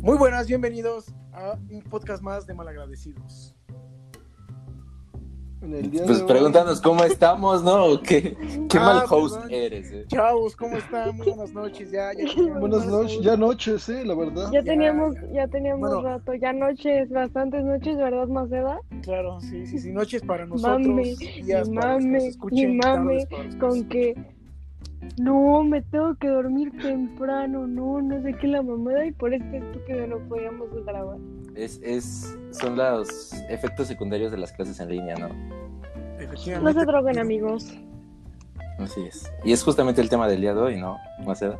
Muy buenas, bienvenidos a un podcast más de Malagradecidos. En el día pues de pregúntanos hoy... cómo estamos, ¿no? ¿Qué, qué ah, mal host perdón. eres? Eh? Chavos, ¿cómo están? Muy buenas noches, ya. ya buenas noches, ya noches, sí, la verdad. Eh, Ya teníamos, ya, ya teníamos bueno, rato, ya noches, bastantes noches, ¿verdad, Maceda? Claro, sí, sí, sí, noches para nosotros. Mame, días y mame, y mame, con que no, me tengo que dormir temprano, no, no sé qué la mamada y por este estúpido no podíamos grabar. Es, es, son los efectos secundarios de las clases en línea, ¿no? No se droguen, amigos. Así es. Y es justamente el tema del día de hoy, ¿no, Maceda?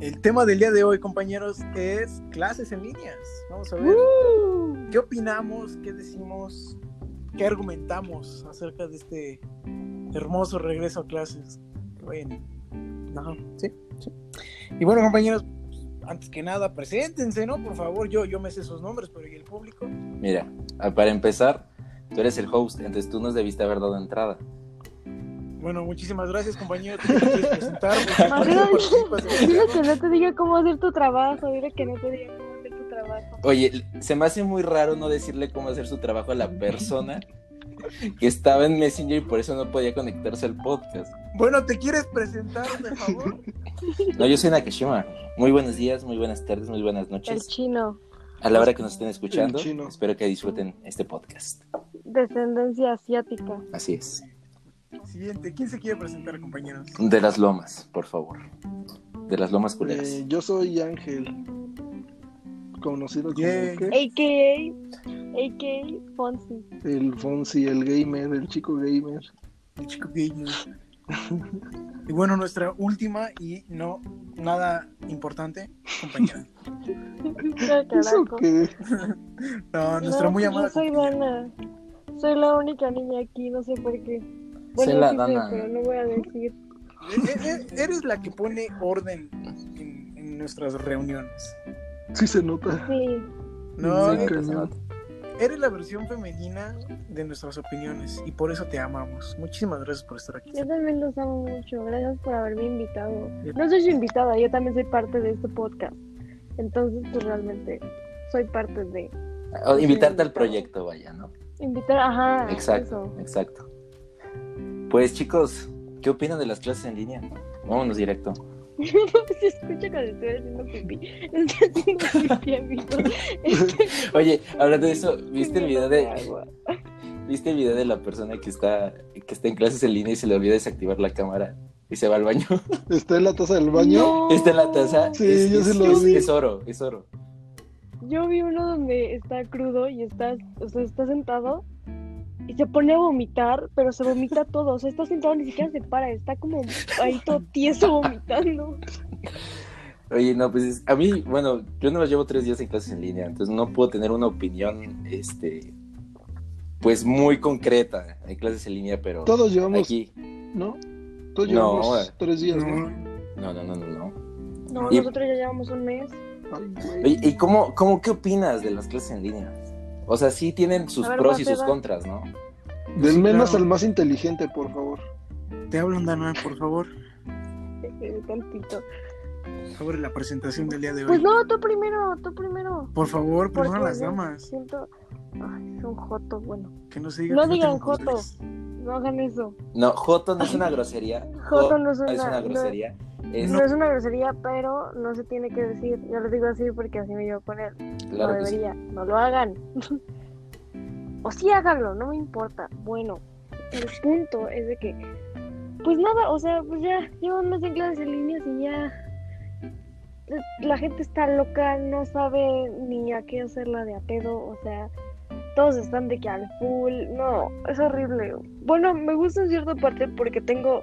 El tema del día de hoy, compañeros, es clases en líneas. Vamos a ver uh. qué opinamos, qué decimos, qué argumentamos acerca de este hermoso regreso a clases. Bueno. Ajá, sí, sí. Y bueno, compañeros, pues, antes que nada, preséntense, ¿no? Por favor, yo, yo me sé sus nombres, pero ¿y el público? Mira, para empezar, tú eres el host, entonces tú nos debiste haber dado entrada. Bueno, muchísimas gracias, compañero. Te quieres presentar. dile que no te diga cómo hacer tu trabajo, dile que no te diga cómo hacer tu trabajo. Oye, se me hace muy raro no decirle cómo hacer su trabajo a la persona que estaba en Messenger y por eso no podía conectarse al podcast. Bueno, ¿te quieres presentar, por favor? No, yo soy Nakashima. Muy buenos días, muy buenas tardes, muy buenas noches. El chino. A la hora que nos Este, estén escuchando, espero que disfruten este podcast. Descendencia asiática. Así es. Siguiente, ¿quién se quiere presentar, compañeros? De las lomas, por favor. De las lomas culeras. Eh, yo soy Ángel. Conocido como... ¿qué? AKA a.k.a. Fonsi. El Fonsi, el gamer, el chico gamer. El chico gamer. y bueno, nuestra última y no nada importante, compañera. qué? no, nuestra no, muy amada. pues, Yo soy Dana. Soy la única niña aquí, no sé por qué. Bueno, sí, la sí Dana. Sé, pero no voy a decir. Eh, Eres la que pone orden en, en nuestras reuniones. Sí se nota. Sí. No, sí, eres... se nota eres la versión femenina de nuestras opiniones y por eso te amamos. Muchísimas gracias por estar aquí. Yo también los amo mucho. Gracias por haberme invitado. No soy yo invitada, yo también soy parte de este podcast. Entonces, pues realmente soy parte de. O invitarte al proyecto, vaya, ¿no? Invitar, ajá. Exacto, eso. exacto. Pues chicos, ¿qué opinan de las clases en línea? Vámonos directo. se escucha cuando estoy haciendo pipí. Estoy haciendo pipí, amigo. Estoy... Oye, hablando de eso, ¿viste el video de. ¿Viste el video de la persona que está, que está en clases en línea y se le olvida desactivar la cámara y se va al baño? ¿Está en la taza del baño? No. ¿Está en la taza? Sí, es, yo se lo es, vi. Es oro, es oro. Yo vi uno donde está crudo y está, o sea, está sentado y se pone a vomitar, pero se vomita todo. O sea, está sentado, ni siquiera se para, está como ahí todo tieso vomitando. Oye, no, pues es, a mí, bueno, yo no llevo tres días en clases en línea, entonces no puedo tener una opinión, este, pues muy concreta en clases en línea, pero. Todos llevamos. Aquí. ¿No? Todos llevamos no, tres días, ¿no? No, no, no, no. No, no y, nosotros ya llevamos un mes. Oye, ¿y cómo, cómo, qué opinas de las clases en línea? O sea, sí tienen sus ver, pros y sus contras, ¿no? Del menos claro. al más inteligente, por favor. Te hablo, Dana, por favor. eh, Tantito. Sobre la presentación del día de hoy. Pues no, tú primero, tú primero. Por favor, primero Porque las damas. Siento... Ay, son joto, bueno. Que no se diga No que digan joto. Controles. No hagan eso. No, joto no es una grosería. joto no es una, es una grosería. No, es... no, es una grosería, pero no se tiene que decir. Yo lo digo así porque así me llevo con él. Claro no debería, sí. no lo hagan. o sí háganlo, no me importa. Bueno, el punto es de que, pues nada, o sea, pues ya llevo un mes en clases en líneas y ya la gente está loca, no sabe ni a qué hacerla de a pedo, o sea, todos están de que al full, no, es horrible. Bueno, me gusta en cierta parte porque tengo,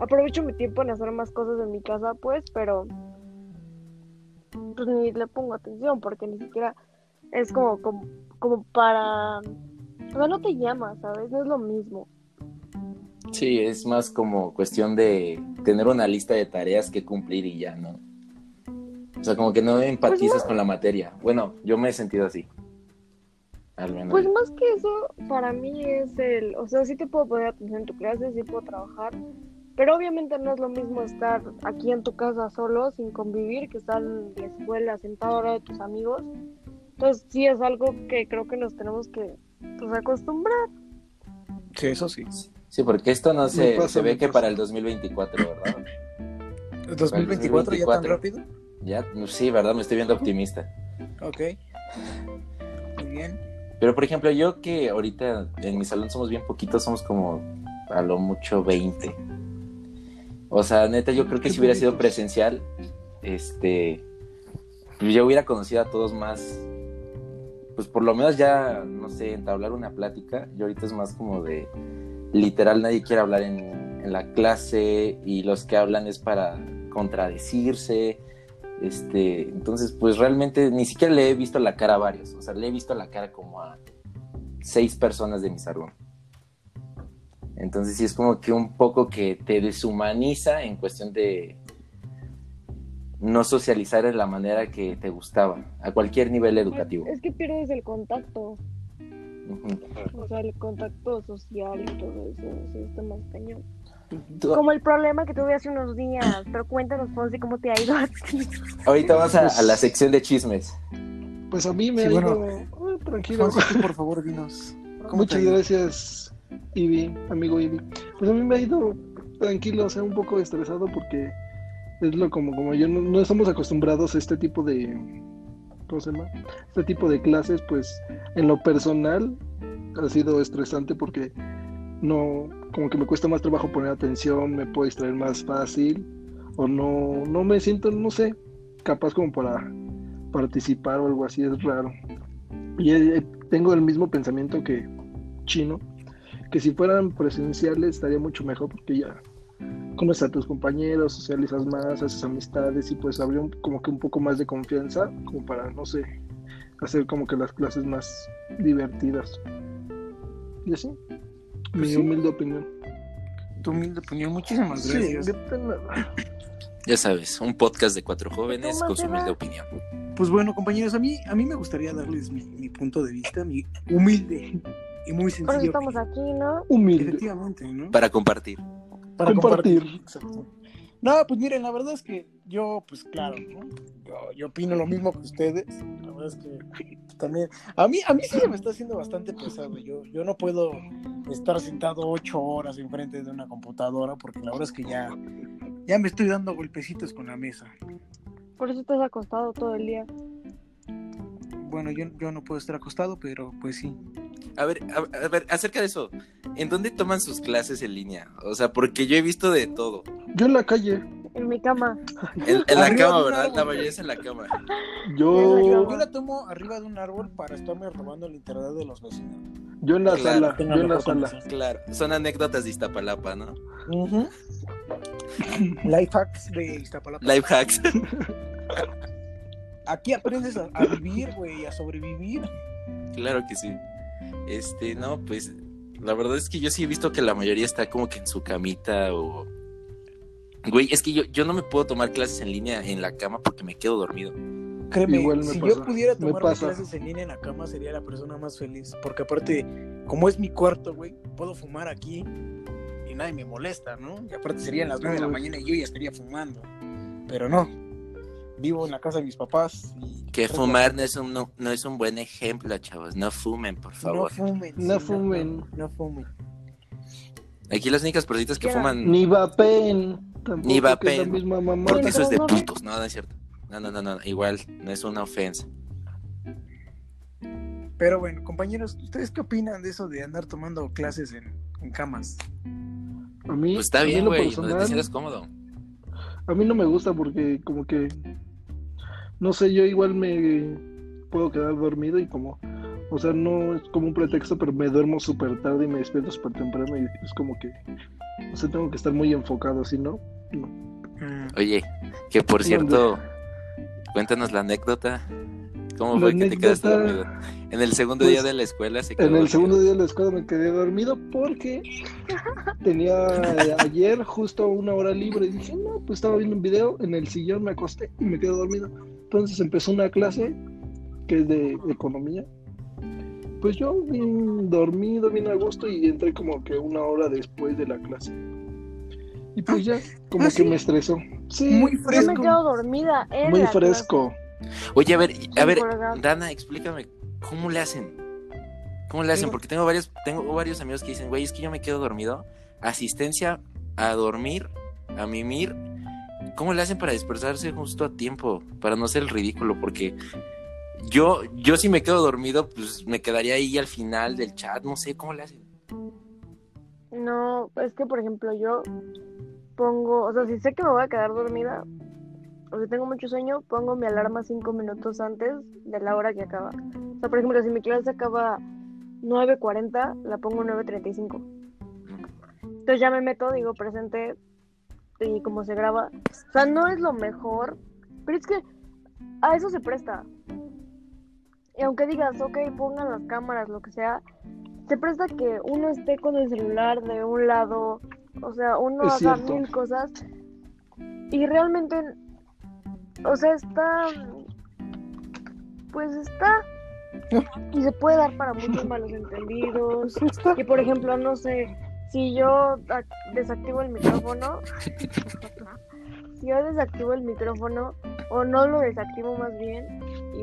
aprovecho mi tiempo en hacer más cosas en mi casa, pues, pero pues ni le pongo atención porque ni siquiera es como, como, como para, o sea, no te llama, ¿sabes? No es lo mismo. Sí, es más como cuestión de tener una lista de tareas que cumplir y ya, ¿no? O sea, como que no empatizas pues no. con la materia. Bueno, yo me he sentido así. Al menos. Pues más que eso, para mí es el, o sea, sí te puedo poner atención en tu clase, sí puedo trabajar, Pero obviamente no es lo mismo estar aquí en tu casa solo, sin convivir, que estar en la escuela, sentado al lado de tus amigos. Entonces sí es algo que creo que nos tenemos que pues, acostumbrar. Sí, eso sí. Sí, porque esto no se, pasa, se ve me que pasa. para el 2024, ¿verdad? ¿El 2024 ya tan 2024. rápido? Ya, pues sí, ¿verdad? Me estoy viendo optimista. Ok. Muy bien. Pero por ejemplo, yo que ahorita en mi salón somos bien poquitos, somos como a lo mucho 20. O sea, neta, yo creo que Qué si hubiera sido poquitos. presencial, este, pues yo hubiera conocido a todos más. Pues por lo menos ya, no sé, entablar una plática. Yo ahorita es más como de, literal, nadie quiere hablar en, en la clase y los que hablan es para contradecirse. Este, entonces, pues realmente ni siquiera le he visto la cara a varios. O sea, le he visto la cara como a seis personas de mi salón. Entonces, sí es como que un poco que te deshumaniza en cuestión de no socializar de la manera que te gustaba, a cualquier nivel educativo. Es que pierdes el contacto, Ujú. o sea, el contacto social y todo eso, sí, está más cañón. Tú- Como el problema que tuve hace unos días, pero cuéntanos, Fonsi, cómo te ha ido. ahorita vas a, a la sección de chismes. Pues a mí me Sí, ha ido bueno. ah, tranquilo. Fonsi, tú, por favor, dinos. ¿Cómo te ha Muchas ido? gracias, Ibi, amigo Ibi. Pues a mí me ha ido tranquilo, o sea, un poco estresado porque es lo como, como yo no, no estamos acostumbrados a este tipo de, ¿cómo se llama? Este tipo de clases, pues en lo personal ha sido estresante porque no, como que me cuesta más trabajo poner atención, me puedo distraer más fácil o no, no me siento, no sé, capaz como para participar o algo así, es raro. Y eh, tengo el mismo pensamiento que Chino, que si fueran presenciales estaría mucho mejor porque ya conoces a tus compañeros, socializas más, haces amistades y pues habría un- como que un poco más de confianza, como para, no sé, hacer como que las clases más divertidas. Y así, mi Pues sí. humilde opinión. Tu humilde opinión, muchísimas Sí, gracias. de plano. Ya sabes, un podcast de cuatro jóvenes Tú, con su humilde Mateo. opinión. Pues bueno, compañeros, a mí, a mí me gustaría darles mi, mi punto de vista, mi humilde y muy Por eso sencillo. estamos aquí, ¿no? humilde. Efectivamente, ¿no? Para compartir. Para compartir. Exacto. No, pues miren, la verdad es que yo, pues claro, ¿no? yo, yo opino lo mismo que ustedes. La verdad es que también. A mí, a mí sí se me está haciendo bastante pesado. Yo, yo no puedo estar sentado ocho horas enfrente de una computadora porque la verdad es que ya, ya me estoy dando golpecitos con la mesa. Por eso estás acostado todo el día. Bueno, yo, yo no puedo estar acostado, pero pues sí. A ver, a, a ver, acerca de eso, ¿en dónde toman sus clases en línea? O sea, porque yo he visto de todo. Yo en la calle, En mi cama. En, en la Arriba de cama, un ¿verdad? árbol. La mayoría es en la cama. yo, Yo la tomo arriba de un árbol para estarme robando el internet de los vecinos. yo en la Claro, sala, Tenga yo en la mejor sala. conexión. Claro, son anécdotas de Iztapalapa, ¿no? Ujú. Life hacks de Iztapalapa. Life hacks. Aquí aprendes a, a vivir, güey, a sobrevivir. claro que sí. Este, no, pues la verdad es que yo sí he visto que la mayoría está como que en su camita o... Güey, es que yo, yo no me puedo tomar clases en línea en la cama porque me quedo dormido. Créeme, Igual me si pasa, yo pudiera me tomar pasa. clases en línea en la cama, sería la persona más feliz. Porque aparte, como es mi cuarto, güey, puedo fumar aquí y nadie me molesta, ¿no? Y aparte serían las 9 de la Uy. mañana y yo ya estaría fumando. Pero no. Vivo en la casa de mis papás y. Que fumar no es un, no, no es un buen ejemplo, chavos. No fumen, por No favor. fumen. sí, No fumen. No, no fumen. Aquí las únicas personitas que Ya. fuman... Ni vapen. Tampoco Mm. Ni que es vapen. la misma mamá. Porque Mientras eso es de no me- putos, no, no es cierto. No, no, no, no, igual, no es una ofensa. Pero bueno, compañeros, ¿ustedes qué opinan de eso de andar tomando clases en, en camas? A mí, Pues está a mí bien, lo güey, no personal, te sientas cómodo. A mí no me gusta porque como que, no sé, yo igual me puedo quedar dormido y como, o sea, no es como un pretexto, pero me duermo súper tarde y me despierto súper temprano y es como que, o sea, tengo que estar muy enfocado, si no, Mm. Oye, que por No, cierto, cuéntanos la anécdota. ¿Cómo La fue que te quedaste dormido? anécdota- En el segundo Pues, día de la escuela se quedó en el dormido. segundo día de la escuela me quedé dormido porque tenía eh, ayer justo una hora libre y dije, no, pues estaba viendo un video, en el sillón me acosté y me quedé dormido. Entonces empezó una clase que es de economía. Pues yo bien dormido, bien a gusto y entré como que una hora después de la clase. Y pues ya, como Ah, que sí. me estresó. Sí, Muy Yo me fresco. quedo dormida. en muy la clase. fresco. Oye, a ver, a ver, colgado. Dana, explícame, ¿cómo le hacen? ¿Cómo le hacen? Digo- Porque tengo varios, tengo varios amigos que dicen, güey, es que yo me quedo dormido. Asistencia a dormir, a mimir. ¿Cómo le hacen para dispersarse justo a tiempo? Para no ser el ridículo, porque yo, yo si me quedo dormido, pues me quedaría ahí al final del chat, no sé, ¿cómo le hacen? No, es que por ejemplo yo pongo, o sea, si sé que me voy a quedar dormida, o si tengo mucho sueño, pongo mi alarma cinco minutos antes de la hora que acaba. O sea, por ejemplo, si mi clase acaba 9.40, la pongo 9.35. Entonces ya me meto, digo presente y como se graba. O sea, no es lo mejor, pero es que a eso se presta. Y aunque digas, ok, pongan las cámaras, lo que sea, se presta que uno esté con el celular de un lado, o sea, uno Es haga cierto. mil cosas. Y realmente, o sea, está. Pues está. Y se puede dar para muchos malos entendidos. Y por ejemplo, no sé, si yo ac- desactivo el micrófono, si yo desactivo el micrófono o no lo desactivo más bien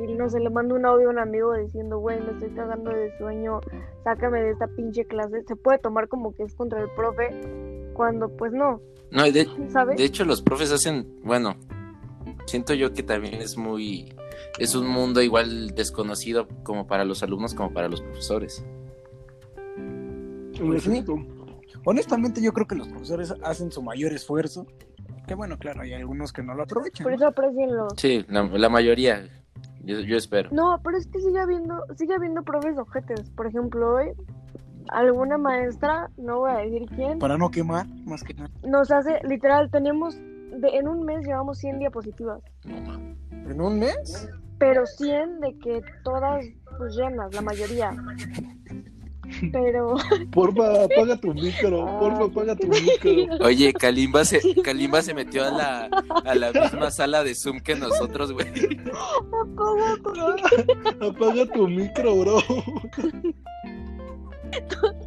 y no sé, le mando un audio a un amigo diciendo, güey, me estoy cagando de sueño, sácame de esta pinche clase, se puede tomar como que es contra el profe cuando pues no, No, de, ¿sabes? De hecho, los profes hacen, bueno, siento yo que también es muy, es un mundo igual desconocido como para los alumnos como para los profesores. En Pues sí. efecto. Honestamente, yo creo que los profesores hacen su mayor esfuerzo. Que bueno, claro, hay algunos que no lo aprovechan. Por ¿no? eso aprecienlo. Sí, la, la mayoría, yo, yo espero. No, pero es que sigue habiendo, sigue habiendo profes ojetes. Por ejemplo, hoy alguna maestra, no voy a decir quién, Para no quemar, más que nada. nos hace, literal, tenemos, de- en un mes llevamos 100 diapositivas, No, ma. ¿En un mes? pero 100 de que todas pues, llenas, la mayoría. Pero Porfa, apaga tu micro. Ah. Porfa, apaga tu micro. Oye, Kalimba se, Kalimba se metió a la, a la misma sala de Zoom que nosotros, güey. apaga tu Apaga tu micro, bro.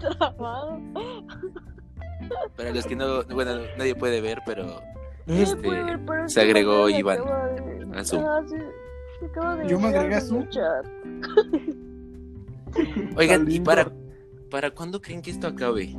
trabajo. Para los que no, bueno, nadie puede ver, pero Sí, Este, puede ver, pero es se que agregó apenas Iván acabo de- al Zoom. Ah, sí, se acaba de Yo me llegar agregué a de Zoom. chat. Oigan, ¿y Kalimba. para, para cuándo creen que esto acabe?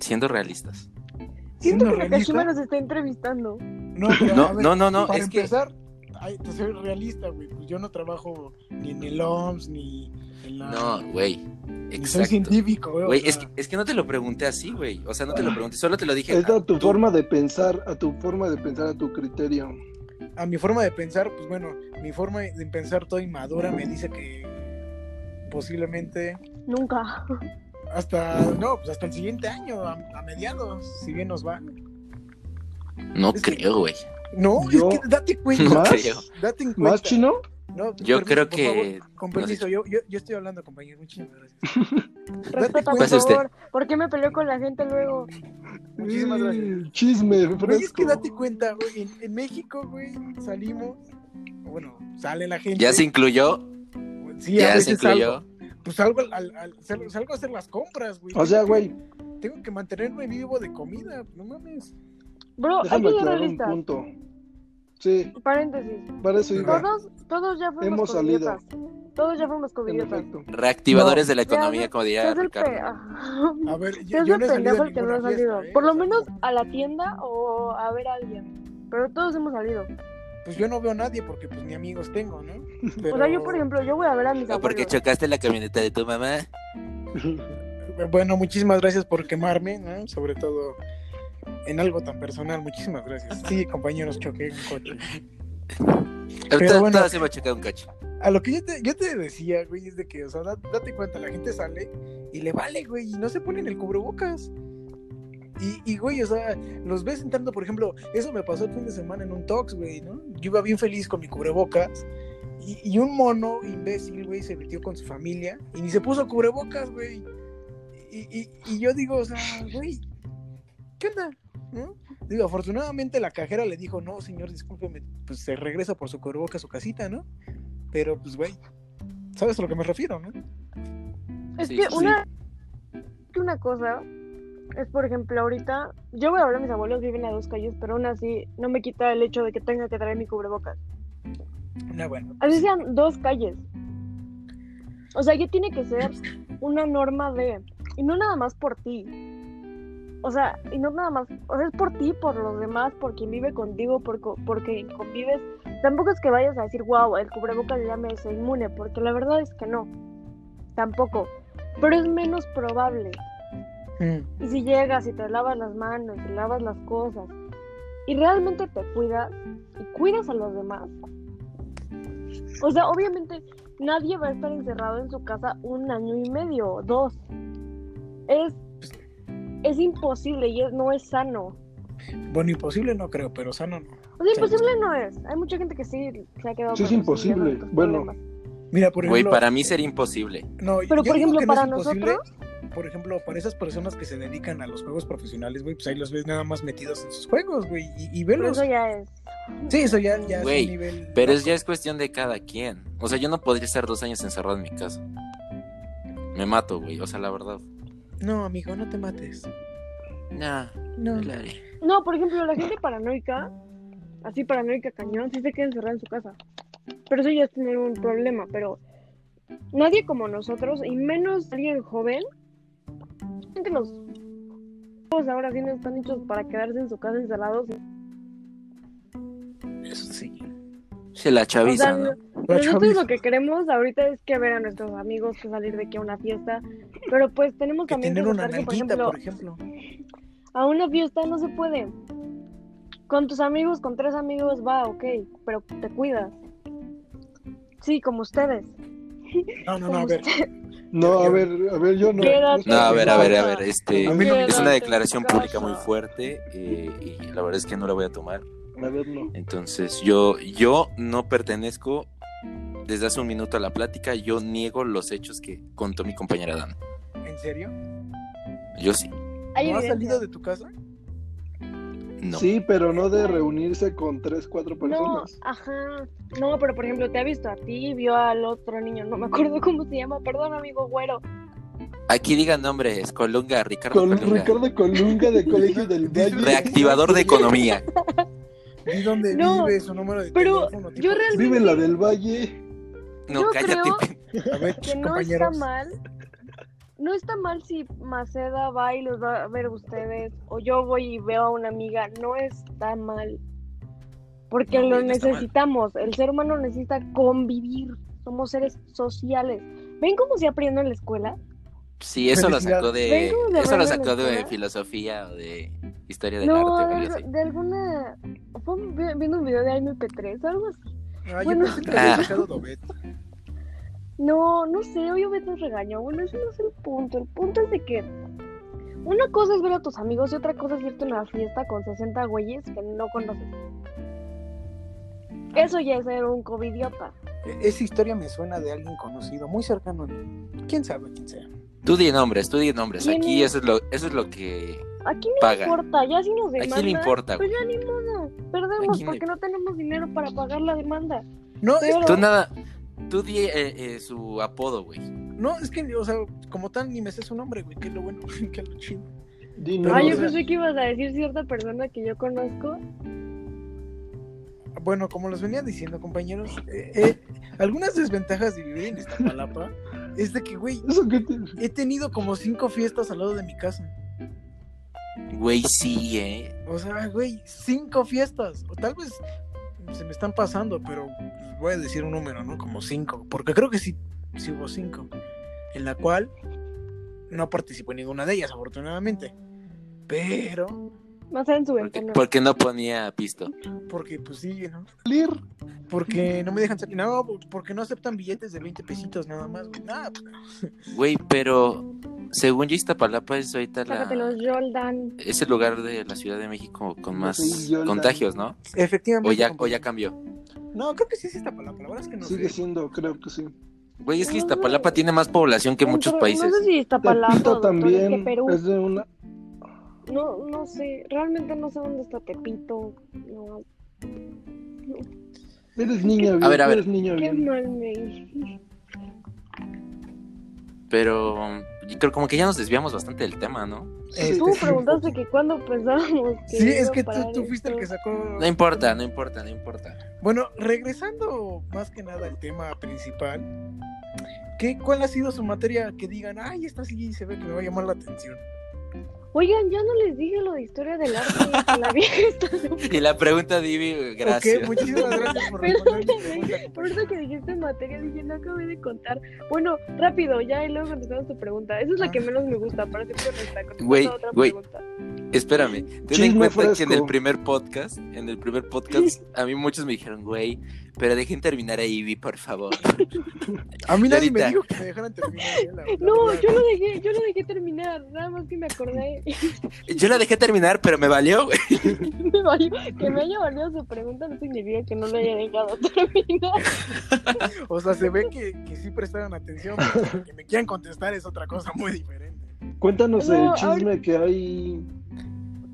Siendo realistas. Siendo Siento que la realista, Kashima nos está entrevistando. No, pero, No, a ver, no, no, no, Para es que empezar, ay, te soy realista, güey. Pues yo no trabajo ni en el OMS, ni en la. no, güey. ni soy Exacto. científico, güey. o Güey, sea, es que, es que no te lo pregunté así, güey. O sea, no te lo pregunté, solo te lo dije. Es a ah, tu tú- forma de pensar, a tu forma de pensar, a tu criterio. A mi forma de pensar, pues bueno, mi forma de pensar toda inmadura me dice que posiblemente Nunca. hasta no pues hasta el siguiente año a, a mediados si bien nos va No es que- creo, güey. no Yo- es que date cuenta No ¿Más? creo. date en cuenta ¿Más chino? No, Yo permiso, creo por que- favor, con no sé. permiso yo, yo, yo estoy hablando compañero muchísimas gracias date Respeta, Pase por cuenta usted. favor. ¿Por qué me peleo con la gente luego? muchísimas gracias Mm, Chisme, Güey, es fresco. que date cuenta, güey. En, en México, güey, salimos. Bueno, sale la gente. pues, Ya se incluyó, Sí, a ya veces se incluyó. salgo. Pues salgo, al- al- al- sal- salgo a hacer las compras, güey. O sea, güey, Tengo que mantenerme vivo de comida, no mames. Bro, hay déjame que ser aclarar un realistas. punto. Sí, Paréntesis. para eso iba. Todos, todos ya fuimos Hemos salido. covidiotas. Todos ya fuimos En covidiotas. efecto. Reactivadores No. de la Se economía, hace- como Se diría hace el Ricardo. pe- Ah, A ver, Se yo, hace yo el no he salido pendejo a el que no ha ninguna salido. fiesta, ¿eh? Por lo O sea, menos a la tienda o a ver a alguien. Pero todos hemos salido. Pues yo no veo a nadie porque pues ni amigos tengo, ¿no? Pero, O sea, yo por ejemplo, yo voy a ver a mis Ah, Porque abuelos. chocaste la camioneta de tu mamá. eh, Bueno, muchísimas gracias por quemarme, ¿no? Sobre todo en algo tan personal, muchísimas gracias. Sí, compañeros, choqué un coche. Ahorita bueno. Todos hemos chocado un cacho. A lo que yo te, yo te decía, güey, es de que, o sea, da- date cuenta, la gente sale y le vale, güey, y no se ponen el cubrebocas. Y, y, güey, o sea, los ves entrando, por ejemplo, eso me pasó el fin de semana en un Tox, güey, ¿no? Yo iba bien feliz con mi cubrebocas y, y un mono imbécil, güey, se metió con su familia y ni se puso cubrebocas, güey. Y, y- y yo digo, o sea, güey, ¿qué onda? ¿No? Digo, afortunadamente la cajera le dijo, no, señor, discúlpeme, pues se regresa por su cubrebocas a su casita, ¿no? Pero, pues, güey, ¿sabes a lo que me refiero, no? Es Sí, que sí, una, que una cosa, es, por ejemplo, ahorita, yo voy a hablar, mis abuelos viven a dos calles, pero aún así no me quita el hecho de que tenga que traer mi cubrebocas. No, bueno. Así sean dos calles. O sea, ya tiene que ser una norma de, y no nada más por ti. O sea, y no nada más, o sea, es por ti, por los demás, por quien vive contigo, por, co- por quien convives. Tampoco es que vayas a decir, wow, el cubrebocas ya me es inmune, porque la verdad es que no. Tampoco. Pero es menos probable. Mm, Y si llegas y te lavas las manos, y lavas las cosas, y realmente te cuidas y cuidas a los demás. O sea, obviamente nadie va a estar encerrado en su casa un año y medio o dos. Es, es imposible y es- no es sano. Bueno, imposible no creo, pero sano no. O sea, imposible no es. Hay mucha gente que sí se ha quedado. Sí, es con- imposible. con estos Bueno. problemas. Mira, por Güey, ejemplo. para mí sería imposible. No, Pero, yo por digo ejemplo, que no es para imposible. nosotros- Por ejemplo, para esas personas que se dedican a los juegos profesionales, güey, pues ahí los ves nada más metidos en sus juegos, güey, y, y Pero velos. eso ya es. Sí, eso ya, ya es Güey, un nivel. Pero es, ya es cuestión de cada quien. O sea, yo no podría estar dos años encerrado en mi casa. Me mato, güey. O sea, la verdad. No, amigo, no te mates. Nah, No. me la haré. No, por ejemplo, la gente paranoica, así paranoica cañón, sí se queda encerrada en su casa. Pero eso ya es tener un problema, pero nadie como nosotros, y menos alguien joven, gente los juegos ahora sí no están hechos para quedarse en su casa encerrados. Eso sí. Se la O sea, chaviza, ¿no? nosotros lo que queremos ahorita es que ver a nuestros amigos, que salir de aquí a una fiesta, pero pues tenemos Que también tener una aceptar que, nalguita, por ejemplo. a una fiesta no se puede. Con tus amigos, con tres amigos, va, ok, pero te cuidas. Sí, como ustedes. No, no, no, Como a ver. No, a ver, a ver, yo no. Quédate. No, a ver, a ver, a ver. Este, A mí no me- es una declaración Quédate en pública muy casa. fuerte eh, y la verdad es que no la voy a tomar. A ver, no. Entonces, yo, yo no pertenezco desde hace un minuto a la plática. Yo niego los hechos que contó mi compañera Dan. ¿En serio? Yo sí. Hay ¿No has evidencia. salido de tu casa? No. Sí, pero no de reunirse con tres, cuatro No, personas. ajá. No, pero por ejemplo, te ha visto a ti, vio al otro niño, no me acuerdo cómo se llama, perdón, amigo güero. Aquí digan nombres. Colunga, Ricardo Con Colunga. Ricardo Colunga de Colegio del Valle. Reactivador de economía. Di dónde No, vive, su número de pero teléfono. tipo- Yo realmente Vive la del Valle. No, Yo cállate. creo- pe- A ver, que no está compañeros. mal. No está mal si Maceda va y los va a ver ustedes, o yo voy y veo a una amiga, no está mal. Porque No, lo güey, no está mal. necesitamos, el ser humano necesita convivir, somos seres sociales. ¿Ven cómo se aprende en la escuela? Sí, eso lo Felicidades. sacó de. Vengo Eso de lo ver a la sacó de escuela. filosofía o de historia del no, arte. o algo de, así. de alguna... Fue un- vi- viendo un video de Aime P3, algo así. Ah, yo Bueno. pensé que había sacado Dobet. No, no sé, obviamente nos regañó. Bueno, ese no es el punto. El punto es de que una cosa es ver a tus amigos y otra cosa es irte a una fiesta con 60 güeyes que no conoces. Ah. Eso ya es ser un covidiota. E- Esa historia me suena de alguien conocido, muy cercano a mí. ¿Quién sabe quién sea? Tú di nombres, tú di nombres. ¿Quién Aquí es? eso es lo, eso es lo que. ¿A quién le Paga. importa? Ya si nos ¿A demandan. quién le importa, Pues ya ni modo. ¿A Perdemos quién le- porque no tenemos dinero para pagar la demanda. No, es, Pero- Tú nada. Tú di eh, eh, su apodo, güey. no, es que, o sea, como tal, ni me sé su nombre, güey. Qué lo bueno, qué lo chido. Di Pero, ah, o yo sea- nombres. pensé que ibas a decir cierta persona que yo conozco. Bueno, como les venía diciendo, compañeros, eh, eh, algunas desventajas de vivir en Iztapalapa es de que, güey, ¿Eso qué te- he tenido como cinco fiestas al lado de mi casa. Güey, sí, eh. O sea, güey, cinco fiestas. O tal vez se me están pasando, pero pues, voy a decir un número, ¿no? Como cinco. Porque creo que sí, sí hubo cinco. En la cual no participé en ninguna de ellas, afortunadamente. Pero, Más en su Porque, ventana. porque no ponía pisto. porque pues sí, ¿no? salir? Porque no me dejan salir. No, porque no aceptan billetes de 20 pesitos nada más. güey. Nada, pues, Güey, pero. Según yo, Iztapalapa es ahorita la- Sácatelos, Jordan. Es el lugar de la Ciudad de México con más Sí, yo la- contagios, ¿no? Efectivamente. O ya, o compañero. ya cambió. No, creo que sí es esta palabra. La verdad es que no Sigue sé. siendo, creo que sí. Güey, es que No, Iztapalapa güey. tiene más población que muchos Entre- países. No sé si Tepito Iztapalapa, también. también Perú. es de una. No, no sé, realmente no sé dónde está Tepito. No, Eres niña bien. ver, a ver. Eres niña qué bien. mal me hice. Pero Pero como que ya nos desviamos bastante del tema, ¿no? Este, Tú sí, preguntaste que cuándo pensábamos que. Sí, es iba que a tú, parar tú fuiste el que esto. sacó. No importa, no importa, no importa. Bueno, regresando más que nada al tema principal, ¿qué, ¿cuál ha sido su materia que digan, ay, esta sí se ve que me va a llamar la atención? Oigan, yo no les dije lo de historia del arte. que la vieja está. Y la pregunta, Divi, gracias. Ok, muchísimas gracias por Pero responder mi me pregunta. Por eso que dijiste materia, dije, no acabé de contar. Bueno, rápido, ya y luego contestamos tu pregunta. Esa es la que Ah. menos me gusta, para ser honesta. Contesta Güey, otra güey. pregunta. Espérame, ten en Chisme cuenta que en fresco. el primer podcast, en el primer podcast, a mí muchos me dijeron, güey, pero dejen terminar a Ivy, por favor. A mí nadie me Clarita. dijo que me dejaran terminar. eh, la- la No, verdad. yo no dejé, yo no dejé terminar, nada más que me acordé Yo la dejé terminar, pero me valió, güey. me valió- que me haya valido su pregunta no significa que no lo haya dejado terminar. O sea, se ve que, que sí prestaron atención, pero que me quieran contestar es otra cosa muy diferente. Cuéntanos No, el chisme ahorita- que hay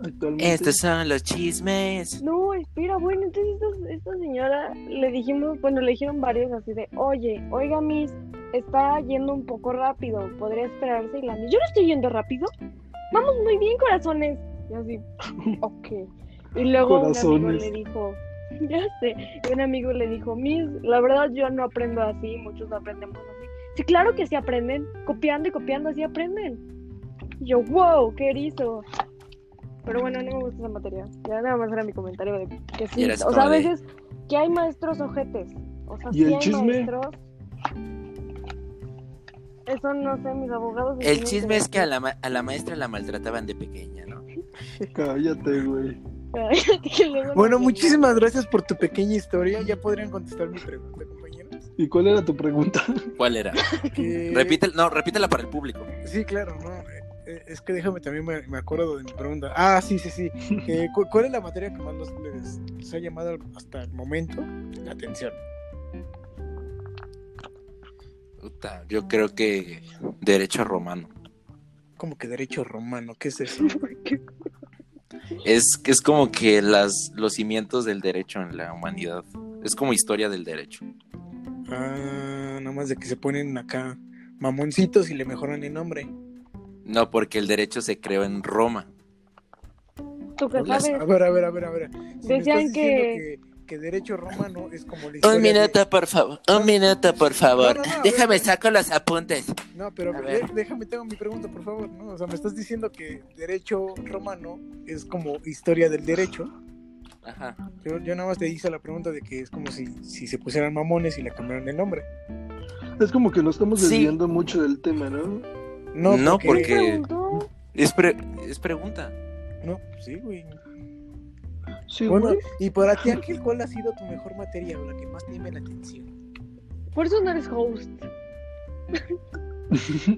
actualmente. Estos son los chismes. No, espera, bueno, entonces esta, esta señora le dijimos, bueno, le dijeron varios así de, oye, oiga, Miss, está yendo un poco rápido, podría esperarse y la Miss, yo no estoy yendo rápido, vamos muy bien, corazones. Y así, ok. Y luego un amigo Corazones. le dijo, ya sé, y un amigo le dijo, Miss, la verdad yo no aprendo así, muchos no aprendemos así. Sí, claro que sí aprenden, copiando y copiando así aprenden. Y yo, wow, qué erizo. Pero bueno, no me gusta esa materia. Ya nada más era mi comentario de que Y sí. eres O sea, a como de- veces que hay maestros ojetes. O sea, ¿Y sí el hay chisme? maestros. Eso no sé, mis abogados. me El tienen chisme es que a la, ma- a la maestra la maltrataban de pequeña, ¿no? Cállate, güey. que luego no Bueno, tienen- muchísimas gracias por tu pequeña historia. Ya podrían contestar mi pregunta, compañeros. Eh, ¿Y cuál era tu pregunta? ¿Cuál era? Que- Repítela, no, repítela para el público. Sí, claro, no. eh, Es que déjame también, me, me acuerdo de mi pregunta. Ah, sí, sí, sí. Eh, ¿cu- ¿Cuál es la materia que más los- les, les ha llamado hasta el momento la atención? Puta, yo creo que derecho romano. Como que derecho romano, ¿qué es eso? Es que es como que las, los cimientos del derecho en la humanidad. Es como historia del derecho. Ah, nada más de que se ponen acá mamoncitos y le mejoran el nombre. No, porque el derecho se creó en Roma. Tú que Las- sabes. A ver, a ver, a ver, a ver. Si me Decían estás diciendo que... que derecho romano es como la historia Un de- minuto, por favor. Un minuto, por favor. No, no, no, Déjame no. saco los apuntes. No, pero A ver. de- déjame, tengo mi pregunta, por favor. ¿no? O sea, me estás diciendo que derecho romano es como historia del derecho. Ajá. Yo, yo nada más te hice la pregunta de que es como si, si se pusieran mamones y le cambiaran el nombre. Es como que nos estamos Sí. desviando mucho del tema, ¿no? No, No, ¿Quién porque- preguntó? Es, pre- es pregunta. No, sí, güey. Sí, Bueno, güey. y para ti, Ángel, ¿cuál ha sido tu mejor materia o la que más te llama la atención? Por eso no eres host.